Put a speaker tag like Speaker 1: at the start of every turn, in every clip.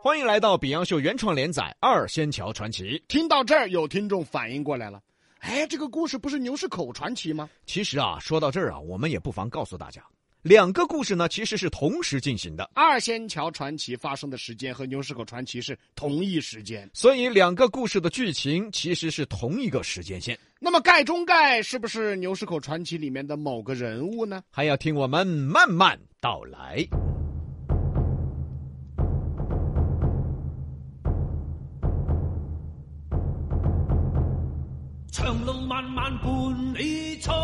Speaker 1: 欢迎来到《比洋秀》原创连载《二仙桥传奇》。
Speaker 2: 听到这儿，有听众反应过来了，哎，这个故事不是牛市口传奇吗？
Speaker 1: 其实啊，说到这儿啊，我们也不妨告诉大家，两个故事呢其实是同时进行的，
Speaker 2: 二仙桥传奇发生的时间和牛市口传奇是同一时间，
Speaker 1: 所以两个故事的剧情其实是同一个时间线。
Speaker 2: 那么盖中盖是不是牛市口传奇里面的某个人物呢？
Speaker 1: 还要听我们慢慢道来。
Speaker 3: 长路漫漫伴你闯，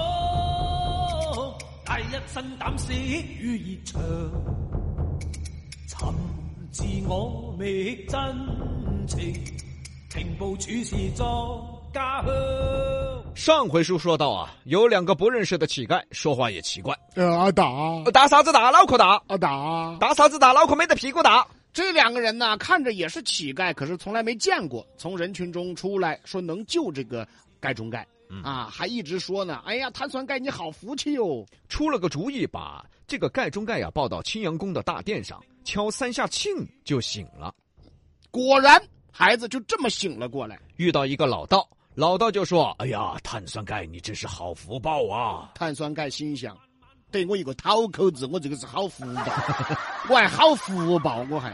Speaker 3: 带一身胆死於熱腸，尋自我覓真情，停步處是作家鄉。
Speaker 1: 上回书说到啊，有两个不认识的乞丐，说话也奇怪，
Speaker 2: 呃，阿达，
Speaker 1: 打啥子打，脑壳打，
Speaker 2: 阿达，
Speaker 1: 打啥子打，脑壳没得屁股打。
Speaker 2: 这两个人呢，看着也是乞丐，可是从来没见过。从人群中出来说能救这个盖中盖、啊，还一直说呢，哎呀，碳酸钙你好福气哦。
Speaker 1: 出了个主意，把这个盖中盖呀、抱到青阳宫的大殿上，敲三下磬就醒了。
Speaker 2: 果然，孩子就这么醒了过来。
Speaker 1: 遇到一个老道，老道就说：“哎呀，碳酸钙，你真是好福报啊！
Speaker 2: 碳酸钙心想，对我一个讨口子，我这个是好福报， 我还好福报，我还。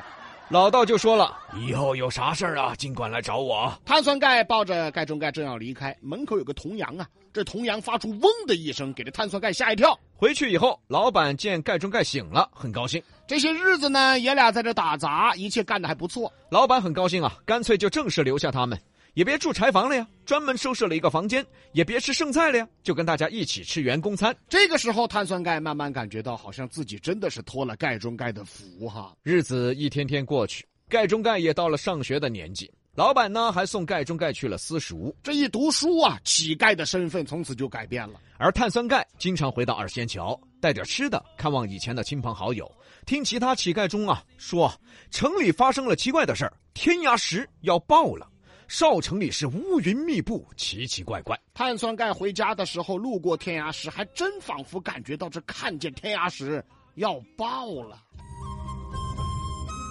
Speaker 1: 老道就说了：“以后有啥事儿啊，尽管来找我啊。
Speaker 2: 碳酸钙抱着盖中盖正要离开，门口有个童羊啊，这童羊发出嗡的一声，给这碳酸钙吓一跳。
Speaker 1: 回去以后，老板见盖中盖醒了，很高兴。
Speaker 2: 这些日子呢，爷俩在这打杂，一切干得还不错。
Speaker 1: 老板很高兴啊，干脆就正式留下他们，也别住柴房了呀，专门收拾了一个房间，也别吃剩菜了呀，就跟大家一起吃员工餐。
Speaker 2: 这个时候，碳酸钙慢慢感觉到，好像自己真的是托了盖中盖的福哈。
Speaker 1: 日子一天天过去，盖中盖也到了上学的年纪，老板呢还送盖中盖去了私塾，
Speaker 2: 这一读书啊，乞丐的身份从此就改变了。
Speaker 1: 而碳酸钙经常回到二仙桥，带点吃的看望以前的亲朋好友，听其他乞丐中啊说，城里发生了奇怪的事儿，天涯石要爆了，少城里是乌云密布，奇奇怪怪。
Speaker 2: 碳酸钙回家的时候，路过天涯石，还真仿佛感觉到这看见天涯石要爆了。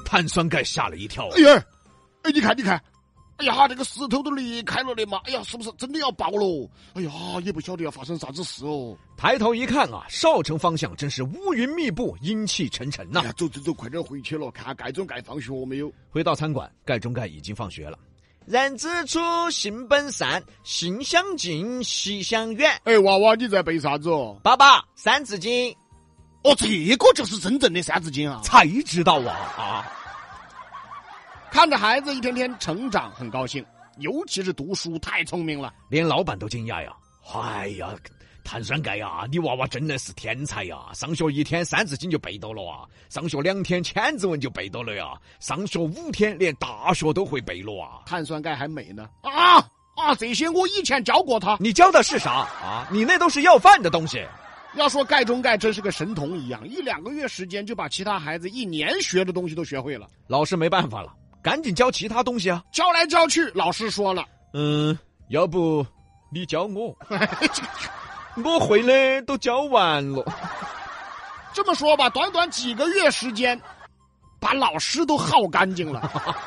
Speaker 1: 碳酸钙吓了一跳啊
Speaker 2: 哎呀，哎，你看，你看，哎呀，这个石头都离开了的嘛，哎呀，是不是真的要爆喽？哎呀，也不晓得要发生啥子事哦。
Speaker 1: 抬头一看啊，少城方向真是乌云密布，阴气沉沉呐、
Speaker 2: 哎呀，走走走，快点回去了，看下盖中盖放学没有。
Speaker 1: 回到餐馆，盖中盖已经放学了。人之初，性本善，性相近，习相远。
Speaker 2: 哎，娃娃，你在背啥子哦？
Speaker 1: 爸爸，《三字经》
Speaker 2: 哦，这个就是真正的三字经啊！
Speaker 1: 才知道啊啊！
Speaker 2: 看着孩子一天天成长，很高兴，尤其是读书太聪明了。
Speaker 1: 连老板都惊讶呀！哎呀，碳酸钙呀，你啊娃娃真的是天才呀！上学一天《三字经》就背到了啊，上学两天《千字文》就背到了呀，上学五天连《大学》都会背了啊！
Speaker 2: 碳酸钙还美呢啊啊！这些我以前教过他。
Speaker 1: 你教的是啥啊？你那都是要饭的东西。
Speaker 2: 要说盖中盖真是个神童一样，一两个月时间就把其他孩子一年学的东西都学会了。
Speaker 1: 老师没办法了，赶紧教其他东西啊！
Speaker 2: 教来教去，老师说了，
Speaker 1: 嗯，要不你教我， 我会的都教完了。
Speaker 2: 这么说吧，短短几个月时间，把老师都耗干净了。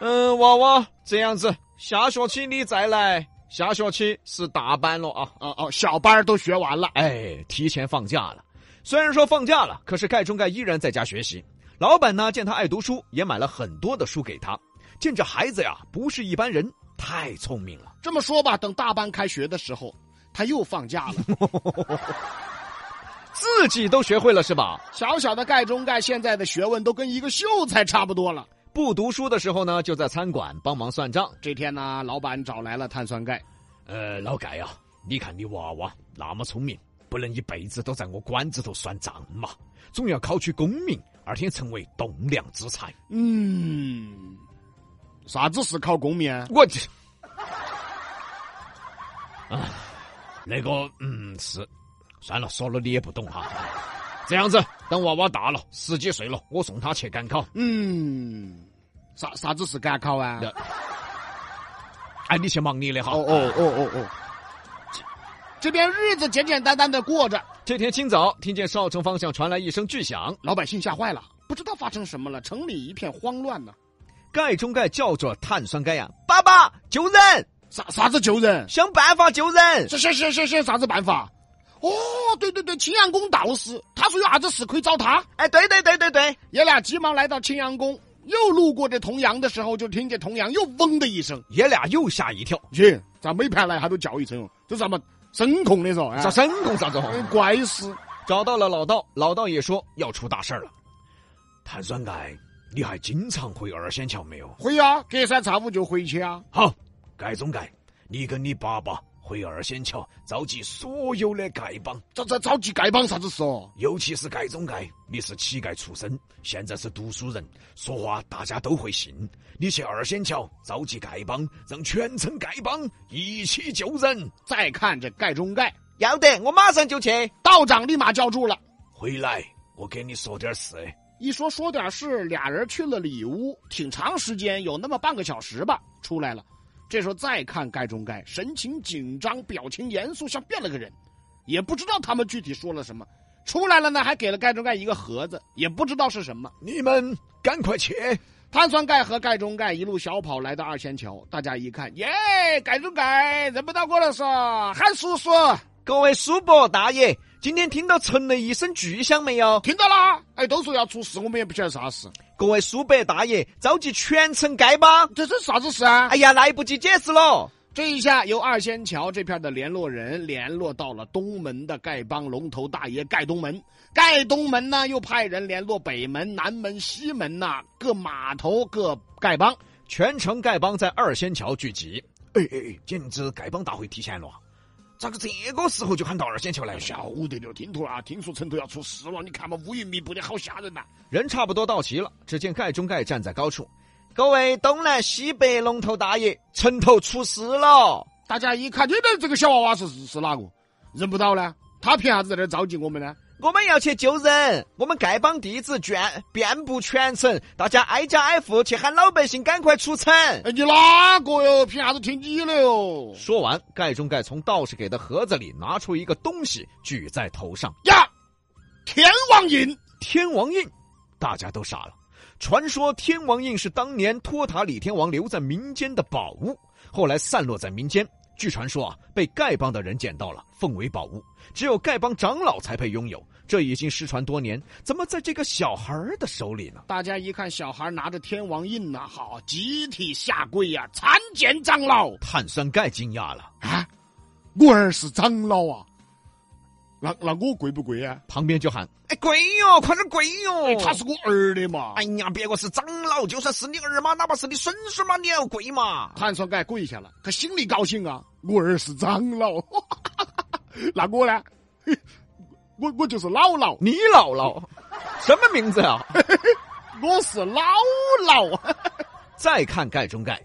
Speaker 1: 嗯，娃娃，这样子，下学期你再来，下学期是大班了啊。
Speaker 2: 哦哦，小班儿都学完了。
Speaker 1: 哎，提前放假了。虽然说放假了，可是盖中盖依然在家学习。老板呢，见他爱读书，也买了很多的书给他。见这孩子呀，不是一般人，太聪明了。
Speaker 2: 这么说吧，等大班开学的时候，他又放假了。
Speaker 1: 自己都学会了是吧？
Speaker 2: 小小的盖中盖现在的学问都跟一个秀才差不多了。
Speaker 1: 不读书的时候呢，就在餐馆帮忙算账。
Speaker 2: 这天呢，老板找来了碳酸钙，
Speaker 1: 呃，老盖呀、你看你娃娃那么聪明，不能一辈子都在我馆子头算账嘛，总要考取功名，二天成为栋梁之才。
Speaker 2: 嗯，啥子是考公民？
Speaker 1: 我这，啊，那个，嗯，是，算了，说了你也不懂哈。这样子，等娃娃大了，十几岁了，我送他去赶考。
Speaker 2: 嗯，啥啥子是赶考啊？
Speaker 1: 那哎，你去忙你的哈。
Speaker 2: 哦哦哦哦哦，这边日子简简单单的过着，
Speaker 1: 这天清早，听见少城方向传来一声巨响，
Speaker 2: 老百姓吓坏了。不知道发生什么了，城里一片慌乱呢。
Speaker 1: 盖中盖叫着碳酸钙啊呀、爸爸救人，
Speaker 2: 啥啥子救人？
Speaker 1: 想办法救人。
Speaker 2: 是是是是是啥子办法？哦，对对对，青阳宫道士，他说有啥子事可以找他。
Speaker 1: 哎，对对对对对，
Speaker 2: 爷俩急忙来到青阳宫，又路过这重阳的时候，就听见重阳又嗡的一声。
Speaker 1: 爷俩又吓一跳，
Speaker 2: 切，咋每盘来他都叫一声哦？这咱们声控的嗦，哎
Speaker 1: 咋声控啥子吼？
Speaker 2: 哎怪事。
Speaker 1: 找到了老道，老道也说要出大事儿了。碳酸钙，你还经常回二仙桥没有？
Speaker 2: 回呀、隔三差五就回去啊。
Speaker 1: 好，盖中盖，你跟你爸爸回二仙桥召集所有的丐帮，
Speaker 2: 这这着急丐帮啥子事哦？
Speaker 1: 尤其是盖中盖，你是乞丐出身，现在是读书人，说话大家都会信。你去二仙桥召集丐帮，让全城丐帮一起救人。
Speaker 2: 再看这盖中盖
Speaker 1: 要得，我马上就去。
Speaker 2: 道长，立马叫住了。
Speaker 1: 回来，我给你说点事。
Speaker 2: 一说说点事，俩人去了里屋，挺长时间，有那么半个小时吧，出来了。这时候再看盖中盖，神情紧张，表情严肃，像变了个人，也不知道他们具体说了什么。出来了呢，还给了盖中盖一个盒子，也不知道是什么。
Speaker 1: 你们赶快去。
Speaker 2: 碳酸钙和盖中盖一路小跑来到二仙桥，大家一看，耶，盖中盖认不到我了是吧？喊叔叔，
Speaker 1: 各位叔伯大爷，今天听到城内一声巨响没有？
Speaker 2: 听到啦？哎，都说要出事，我们也不晓得啥事，
Speaker 1: 各位叔伯大爷，召集全城丐帮。
Speaker 2: 这是啥子事啊？
Speaker 1: 哎呀，来不及解释了。
Speaker 2: 这一下由二仙桥这片的联络人联络到了东门的丐帮龙头大爷盖东门，盖东门呢又派人联络北门、南门、西门呐、各码头、各丐帮。
Speaker 1: 全城丐帮在二仙桥聚集。哎哎哎，简直丐帮大会提前了啊！咋个这个时候就喊到二仙桥来了？
Speaker 2: 晓得了，听头啊，听说城头要出事了，你看嘛，乌云密布的好吓人呐、
Speaker 1: 人差不多到齐了，只见盖中盖站在高处。各位东南西北龙头大爷，城头出事了！
Speaker 2: 大家一看，你的这个小娃娃是是是哪个？认不到呢？他凭啥子在这儿召集我们呢？
Speaker 1: 我们要去救人，我们丐帮弟子卷遍布全城，大家挨家挨户去喊老百姓赶快出城。
Speaker 2: 哎，你哪个哟？凭啥子听你的哟？
Speaker 1: 说完，盖中盖从道士给的盒子里拿出一个东西，举在头上。
Speaker 2: 呀，天王印！
Speaker 1: 天王印，大家都傻了。传说天王印是当年托塔李天王留在民间的宝物，后来散落在民间。据传说啊，被丐帮的人捡到了，奉为宝物，只有丐帮长老才配拥有。这已经失传多年，怎么在这个小孩儿的手里呢？
Speaker 2: 大家一看小孩拿着天王印呐、好，集体下跪呀、参见长老
Speaker 1: 碳酸钙惊讶了，
Speaker 2: 啊！我儿是长老啊，那那我跪不跪啊？哎
Speaker 1: 旁边就喊：“哎，跪哟，快点跪哟！”
Speaker 2: 他是我儿的嘛。
Speaker 1: 哎呀，别个是长老，就算是你儿嘛，哪怕是你孙孙嘛，你也要跪嘛。
Speaker 2: 碳酸钙跪下了，可心里高兴啊，我儿是长老。 那我呢？ 嘿我我就是姥姥，
Speaker 1: 你姥姥，什么名字啊？
Speaker 2: 我是姥姥。
Speaker 1: 再看盖中盖，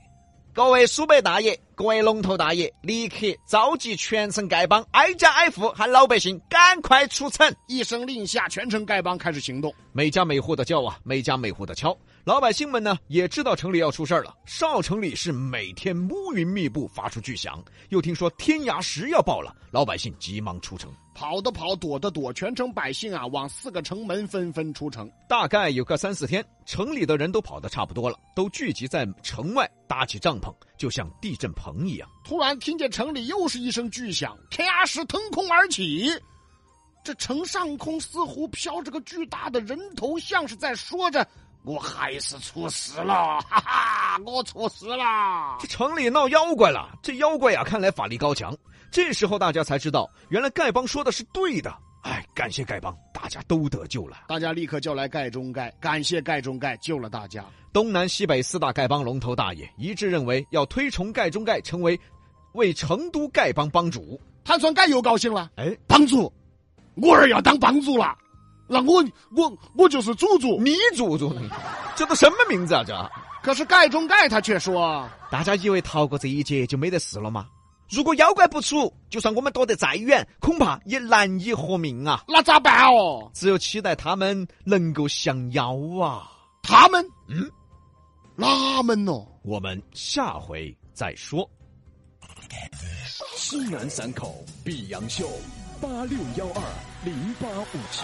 Speaker 1: 各位苏北大爷，各位龙头大爷，立刻召集全城丐帮，挨家挨户喊老百姓赶快出城。
Speaker 2: 一声令下，全城丐帮开始行动。
Speaker 1: 每家每户的叫啊，每家每户的敲。老百姓们呢，也知道城里要出事儿了。少城里是每天乌云密布，发出巨响。又听说天涯石要爆了，老百姓急忙出城。
Speaker 2: 跑的跑，躲的躲，全城百姓啊，往四个城门纷纷出城。
Speaker 1: 大概有个三四天，城里的人都跑得差不多了，都聚集在城外搭起帐篷，就像地震棚一样。
Speaker 2: 突然听见城里又是一声巨响，天涯石腾空而起。这城上空似乎飘着个巨大的人头，像是在说着：“我还是出事了，哈哈，我出事了
Speaker 1: 这。城里闹妖怪了，这妖怪呀、看来法力高强。这时候大家才知道，原来丐帮说的是对的。哎，感谢丐帮，大家都得救了”。
Speaker 2: 大家立刻叫来盖中盖，感谢盖中盖救了大家。
Speaker 1: 东南西北四大丐帮龙头大爷一致认为，要推崇丐中丐成为为成都丐帮帮主。
Speaker 2: 碳酸钙又高兴了
Speaker 1: 哎，：“
Speaker 2: 帮主，我儿要当帮主了，那我我我就是主主。”
Speaker 1: 你祖宗，这都什么名字啊？这
Speaker 2: 可是盖中盖他却说
Speaker 1: 大家以为逃过这一劫就没得事了吗？如果妖怪不出，就算我们躲得再远，恐怕也难以活命啊！：“
Speaker 2: 那咋办哦？
Speaker 1: 只有期待他们能够降妖啊！
Speaker 2: 他们，
Speaker 1: 嗯，
Speaker 2: 哪门哦？
Speaker 1: 我们下回再说。
Speaker 4: 西南散口碧阳秀八六幺二零八五七。